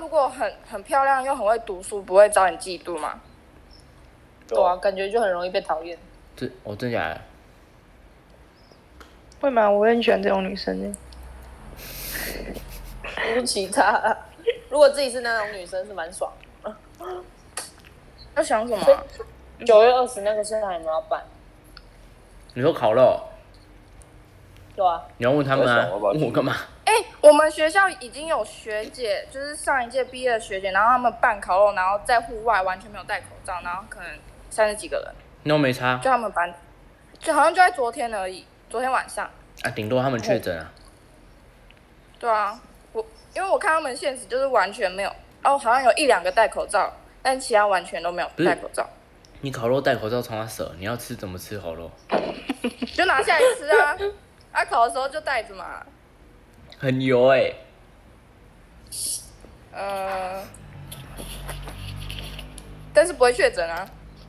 如果很很漂亮又很会读书，不会招你嫉妒吗？对啊，感觉就很容易被讨厌。这我、真假的？会吗？我会很喜欢这种女生呢。不是其他， 如果自己是那种女生是蛮爽的。要想什么啊？九月二十那个现在还有没有要办？你说烤肉，对啊，你要问他们我啊想？我要不要问我干嘛？哎、我们学校已经有学姐，就是上一届毕业的学姐，然后他们办烤肉，然后在户外完全没有戴口罩，然后可能三十几个人，那我没差就他们班，就好像就在昨天而已，昨天晚上。啊，顶多他们确诊啊。对啊，我因为我看他们现实就是完全没有，哦，好像有一两个戴口罩，但其他完全都没有不是戴口罩，你烤肉戴口罩从他舍，你要吃怎么吃烤肉？就拿下来吃啊。 啊，烤的时候就戴着嘛。很油哎、呃，但是不会确诊啊。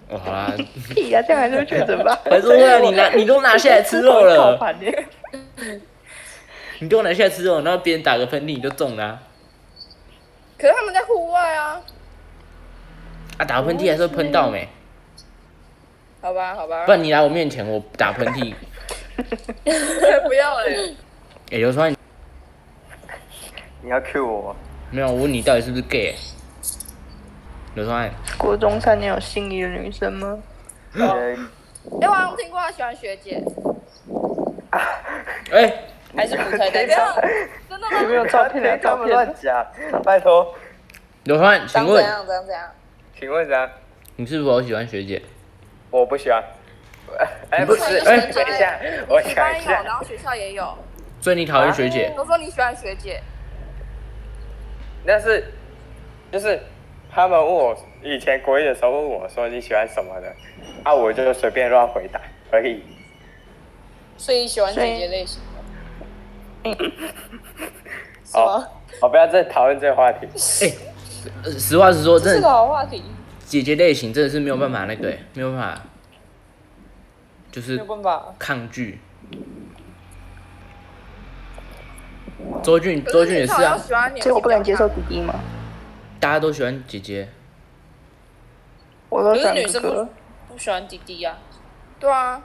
哦，好啦，屁啊呀、这样还是会确诊吧？ 还是会啊，你 拿你都拿下来吃肉烤了，盘呢？ 你都拿下来吃肉，然后别人打个喷嚏你就中了啊，可是他们在户外啊。啊打个喷嚏还是会喷到没、好吧，好吧不，然你来我面前，我打喷 嚏， 不要嘞。哎、刘川，你要 Q 我吗？没有，我问你到底是不是 gay？刘川，国中三年有心仪的女生吗？哎哎，我好像听过他喜欢学姐，哎、还是不太不要对。，真的吗？没有照片啊，他照们片啊乱。讲，拜托，刘川，请长怎问样？怎样怎样？请问怎样？你是否喜欢学姐？我不喜欢。哎，不不是，是哎，哎等一下，我你想班一有，然下，后学校也有，所以你讨厌学姐？都说你喜欢学姐，那是就是他们问我以前国一的时候问我说你喜欢什么的，啊，我就随便乱回答而已。所以喜欢姐姐类型的？是吗？我不要再讨论这个话题。哎、呃实话实说，这真是个的好话题，姐姐类型真的是没有办法那个、哎，没有办法，就没是有办法。抗拒。周俊，周俊也是可你好啊像，喜欢你，所以我不敢接受弟弟吗？大家都喜欢姐姐。我都可是转女生哥不哥，不喜欢弟弟呀、对啊，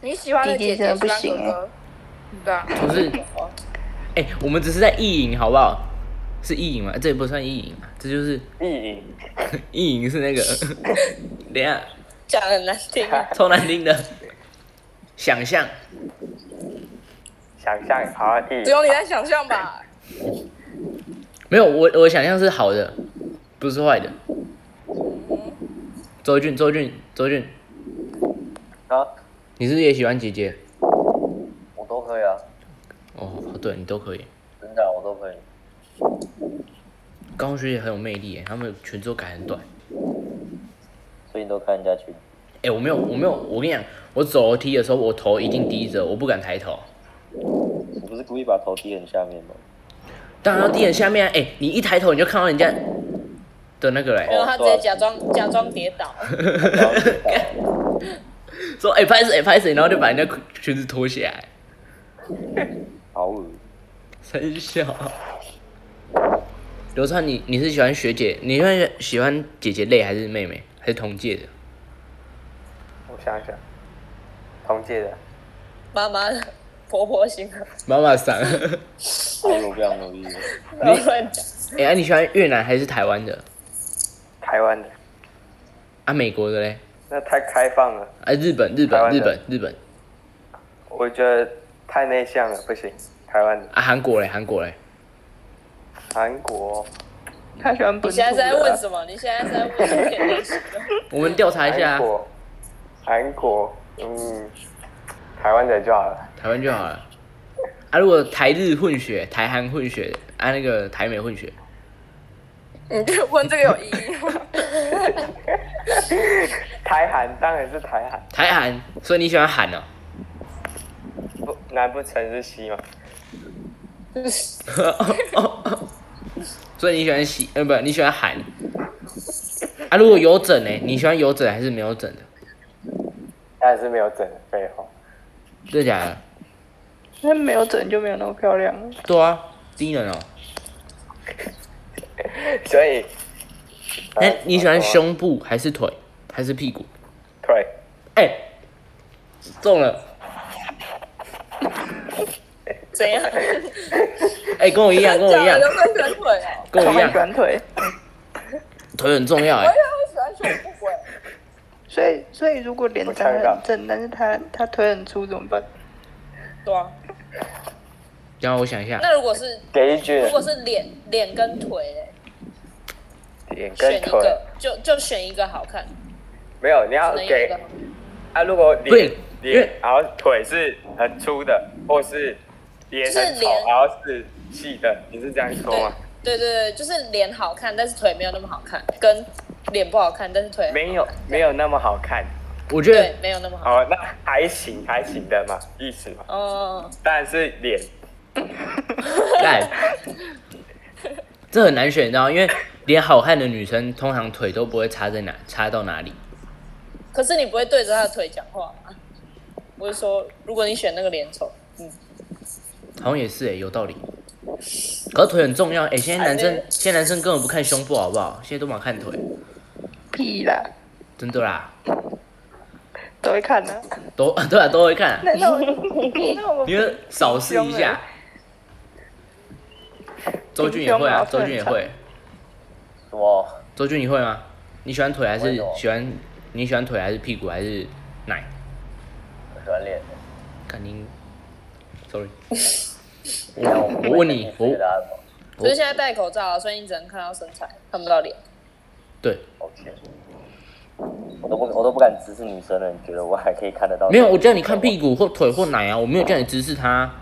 你喜欢的姐姐弟弟真的不喜欢行哥哥，对啊，不是，哦哎、我们只是在意淫，好不好？是意淫吗？这也不算意淫啊，这就是 意淫，意淫是那个， 等一下讲得很难听啊、超难听的，想象想象好啊意只淫，有你在想象吧。没有我我想象是好的，不是坏的。周俊，周俊，周俊，啊，你是不是也喜欢姐姐？我都可以啊，哦，对你都可以。真的我都可以。高中学姐很有魅力耶，她们裙子都改很短。所以你都看人家去。哎、我没有，我没有，我跟你讲，我走楼梯的时候，我头一定低着，我不敢抬头。我不是故意把头低很下面吗？当然要低很下面、啊，哎、你一抬头你就看到人家的那个嘞、没有，他直接假装假装跌倒， 说哎、拍谁拍谁，然后就把人家裙裙子脱下来，好恶，真笑。刘畅，你你是喜欢学姐，你会喜欢姐姐类还是妹妹，还是同届的？我想想，同届的，妈妈婆婆型的，妈妈桑， 好恶，我非常努力。不要乱讲。哎、啊你喜欢越南还是台湾的？台湾的，啊，美国的嘞？那太开放了，啊，日本，日台本，湾的日本，日本。我觉得太内向了，不行。台湾的，啊，韩国嘞，韩国嘞。韩国，他喜欢你本土现在是在问的。什么？你现在是在问姐姐类型的？我们调查一下、韩啊，国，韩国，嗯，台湾的就好了。台湾就好了。啊，如果台日混血、台韩混血，啊，那个台美混血，你就问这个有意义吗？台韩当然是台韩，台韩，所以你喜欢韩哦？不难不成是西吗？所以你喜欢西，呃，不，你喜欢韩。啊，如果有整呢？你喜欢有整还是没有整的？当然是没有整的废话。真的假的？那啊没有整就没有那么漂亮了。对啊，低能哦。所以，哎、啊你喜欢什么胸部还是腿还是屁股？腿？哎、中了！怎样？哎、跟我一样，跟我一样这，样有没有喜欢腿哦？跟我一样，很喜欢腿，腿很重要哎、我啊也会喜欢胸部哎。所以所以如果脸我长看一下得很正，但是他他腿很粗怎么办？对啊，然后我想一下，那如果是给一句如，果是脸脸跟腿嘞，脸选跟一腿，个就就选一个好看，没有，你要只能有一给个好看。啊，如果脸对因为脸，然后腿是很粗的，或是脸就是很丑，脸然后是细的，你是这样说吗？对对对，就是脸好看，但是腿没有那么好看，跟脸不好看，但是腿没有，没有那么好看。我觉对得没有那么好。哦，那还行，还行的嘛，意思嘛。哦，但是脸，干，哎这很难选，你知道吗因为脸好看的女生通常腿都不会差在哪，差到哪里。可是你不会对着他的腿讲话吗？我是说，如果你选那个脸丑，嗯，好像也是哎、有道理。可是腿很重要哎、欸现在男生现在男生根本不看胸部好不好？现在都蛮看腿，屁啦，真的啦，都会看的、都 对啊都会看、啊，那 那我那我你们扫视一下。周俊也会啊，周俊也会。我周俊你会吗？你喜欢腿还我是哦有喜欢？你喜欢腿还是屁股还是奶？我喜欢脸，肯定，sorry。我我问你，我可是现在戴口罩啊、所以你只能看到身材，看不到脸。对， OK，我都不我都不敢直视女生了，你觉得我还可以看得到没有，我叫你看屁股或腿或奶啊，我没有叫你直视他 啊，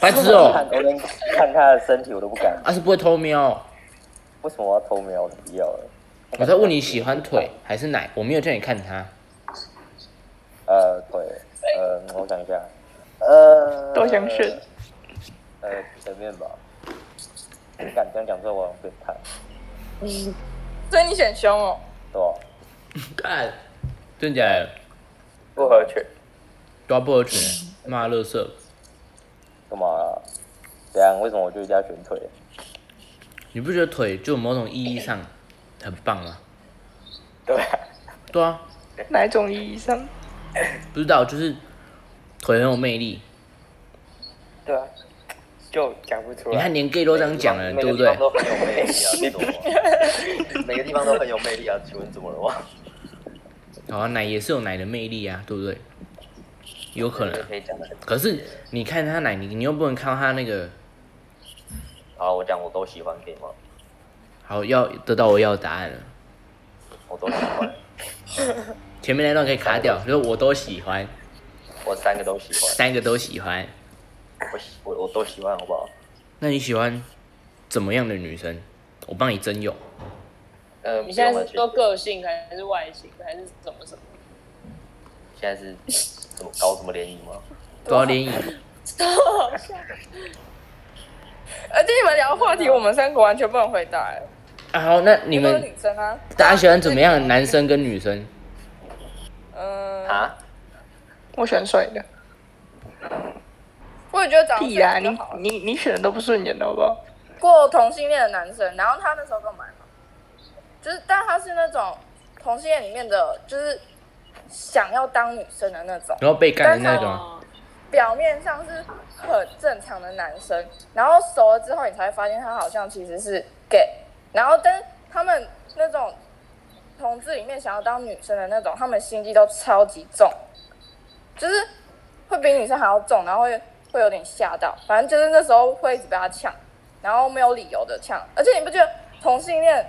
白痴哦、看我连看他的身体我都不敢，啊是不会偷瞄。为什么我要偷瞄？我不要了。我在问你喜欢腿还是奶，我没有叫你看他。呃，对，呃，我想一下，呃，都想选，呃，随便吧。敢这样讲出来，我好像变态，所以你选胸哦。对啊吧？ 干，真假的？不合群。抓不合群，骂乐色，干嘛啦？怎样？为什么我就一定要选腿？你不觉得腿就某种意义上很棒吗？对啊，对啊，哪一种意义上？不知道就是腿很有魅力。对啊，就讲不出你看来。连 gay 都这样讲了，每对个不地对方？都很有魅力啊，你懂吗？每个地方都很有魅力啊，请问怎么了吗？好啊，奶也是有奶的魅力啊，对不对？有可能啊、可以讲的。可是你看他奶，你你又不能看到他那个，好，我讲我都喜欢，可以吗？好要得到我要的答案了。我都喜欢，前面那段可以卡掉，就是我都喜欢，我三个都喜欢，三个都喜欢。我喜我我都喜欢，好不好？那你喜欢怎么样的女生？我帮你征友，呃，你现在不用是了说个性还是外形还是怎么怎么？现在是怎么搞什么联谊吗？都要联谊。而呃且你们聊的话嗯题，我们三个完全不能回答、哎啊，好，那你都是们女生啊，大家喜欢怎么样的男生跟女生？嗯、啊？我选帅的。我也觉得长得屁啦，帅你就好了。你你选的都不顺眼的好不好？过同性恋的男生，然后他那时候跟我买嘛，就是但他是那种同性恋里面的，就是想要当女生的那种，然后被干的那种啊，哦，表面上是很正常的男生，然后熟了之后，你才会发现他好像其实是 gay，然后但是他们那种同志里面想要当女生的那种，他们心机都超级重，就是会比女生还要重，然后会会有点吓到，反正就是那时候会一直被他呛，然后没有理由的呛，而且你不觉得同性恋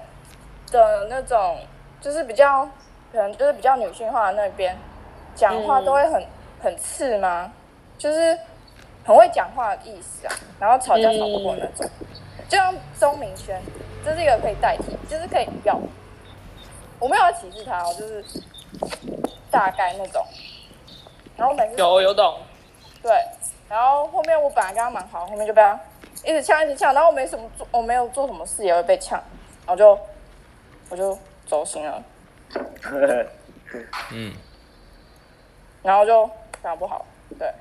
的那种就是比较可能就是比较女性化的那边讲话都会很、很刺吗？就是很会讲话的意思啊，然后吵架吵不过那种，就像钟明轩，这是一个可以代替，就是可以不要。我没有要歧视他哦，就是大概那种。然后每次有有懂，对，然后后面我本来跟他蛮好，后面就被他一直呛一直呛，然后我没什么做，我没有做什么事也会被呛，然后就我就走心了，嗯，然后就想不好，对，哎，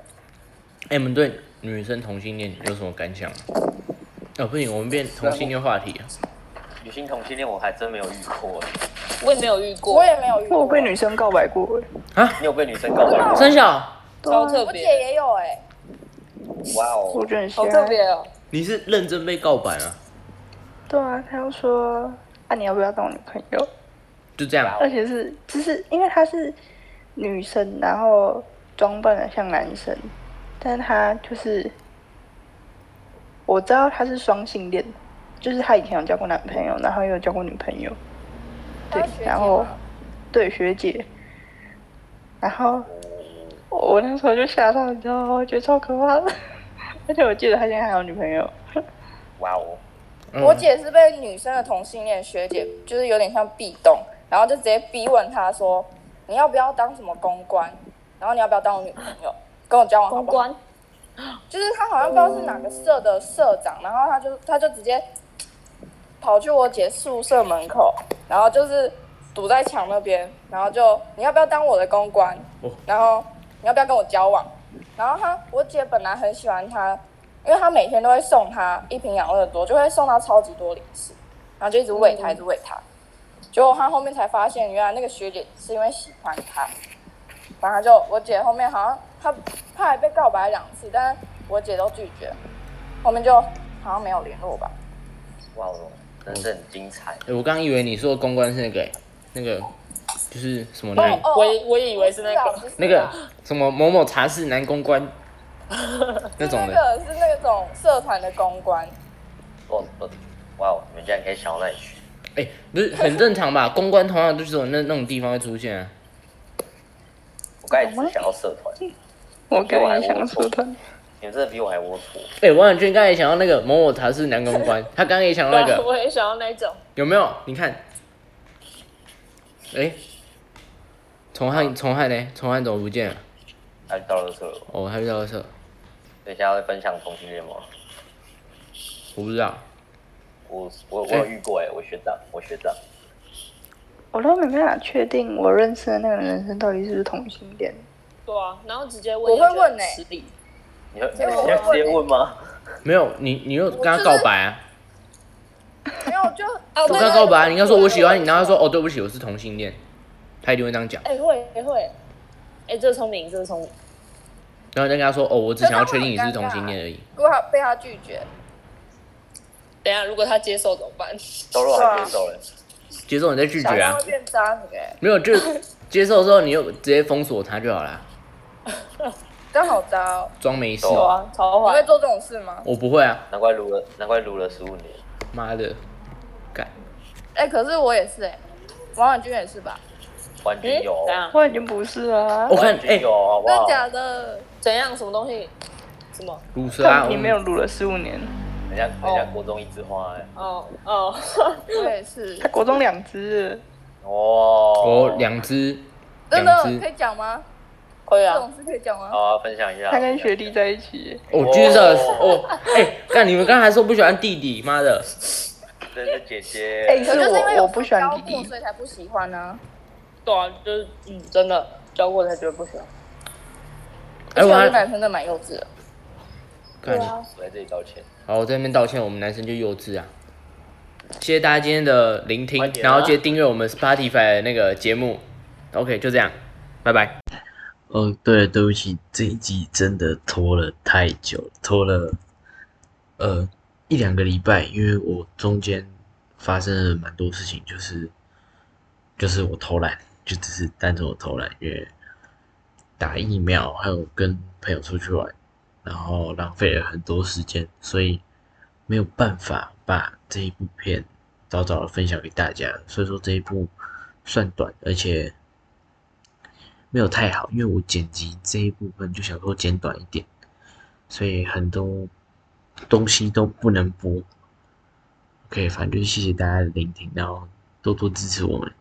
你们对女生同性恋有什么感想吗？哦，不行，我们变同性恋话题了。女性同性恋我还真没有遇过欸，我也没有遇我过，也没有遇过，我被女生告白过，哎你有被女生告白过？三小，超特我姐别，也有哎、哇啊我哦，觉得很瞎好。特别哦。你是认真被告白吗？对啊，他又说啊，你要不要当我女朋友？就这样，而且是，就是因为她是女生，然后装扮的像男生，但她就是我知道她是双性恋，就是她以前有交过男朋友，然后也有交过女朋友，对她是学姐，然后吗对学姐，然后我我那时候就吓到，你知道吗？我觉得超可怕的，而且我记得她现在还有女朋友，哇哦，嗯我姐是被女生的同性恋学姐，就是有点像壁咚，然后就直接逼问她说：“你要不要当什么公关？然后你要不要当我女朋友？跟我交往好公不好关，？”就是她好像不知道是哪个社的社长，然后她就她就直接跑去我姐宿舍门口，然后就是堵在墙那边，然后就你要不要当我的公关哦？然后你要不要跟我交往？然后她我姐本来很喜欢她，因为她每天都会送她一瓶养乐多，就会送她超级多零食，然后就一直喂她，一直喂她。结果她后面才发现，原来那个学姐是因为喜欢她，然后她就我姐后面好像她她还被告白两次，但是我姐都拒绝，后面就好像没有联络吧。哇哦，真是很精彩。欸我刚以为你说的公关是那个、欸那个就是什么哦男、哦，我也我也以为是那不个啊，不啊那个什么某某茶室男公 关那种是的，那个是那种社团的公关，哇哦，哇哦，你们竟然可以想到那里去？哎、不是很正常吧？公关通常就是有那那种地方会出现啊。我刚才只想要社团，你我跟你想说哦她，们真的比我还龌龊。哎、王婉君刚才也想到那个某某茶室男公关，他刚刚也想到那对，啊个，我也想要那种。有没有？你看，哎、崇汉崇汉呢？崇汉怎么不见了？他啊到了社，哦，他去到厕所，等一下会分享同性恋吗？我不知道。我我我有遇过哎、我学长，我学长，我都没办法确定我认识的那个男生到底是不是同性恋。对啊，然后直接问，我会问呢、欸实力。你会你结果我会直接问吗？没有，你你又跟他告白啊？没有就哦我跟他告白啊，你跟他说我喜欢你，然后他说哦对不起，我是同性恋，他一定会这样讲。哎、会会，哎、这个聪明，这个聪明。然后再跟他说哦，我只想要确定你是同性恋而已。如果他被他拒绝，等一下，如果他接受怎么办？收肉还接受了，接受你再拒绝小啊张会，变渣女哎，没有就接受之后你就直接封锁他就好啦，这样好渣哦！装没事。有啊，超你坏会。做这种事吗？我不会啊，难怪撸了，难怪撸了十五年。妈的，干哎、可是我也是哎、王婉君也是吧？完全有，嗯怎样？我已经不是了啊、我看完哎全有，好不真的好？假的？怎样？什么东西？什么？乳蛇啊，你我没有撸了十五年，人家人哦家国中一枝花哎，哦哦，我也 是他，国中两只了，哦我，两只，真两的只可以讲吗？可以这啊种。事可以讲吗？哦好啊，分享一下。他跟学弟在一起。哦 Jesus 哦，哎干你们刚才还说不喜欢弟弟，妈的，这是姐姐，哎、可是就是因为我有我不喜欢高弟过弟，所以才不喜欢呢、对啊，就是嗯，真的教过才觉得不行。哎我我还男生真的蛮幼稚的，干你，我来这里道歉。好我在那边道歉，我们男生就幼稚啊。谢谢大家今天的聆听快，点啊然后记得订阅我们 Spotify 的那个节目。OK，就这样，拜拜。哦，对了，对不起，这一集真的拖了太久了，拖了呃一两个礼拜，因为我中间发生了蛮多事情，就是就是我偷懒，就只是单纯我偷懒，因为打疫苗还有跟朋友出去玩，然后浪费了很多时间，所以没有办法把这一部片早早的分享给大家，所以说这一部算短，而且。没有太好，因为我剪辑这一部分就想说剪短一点，所以很多东西都不能播。OK，反正就是谢谢大家的聆听，然后多多支持我们，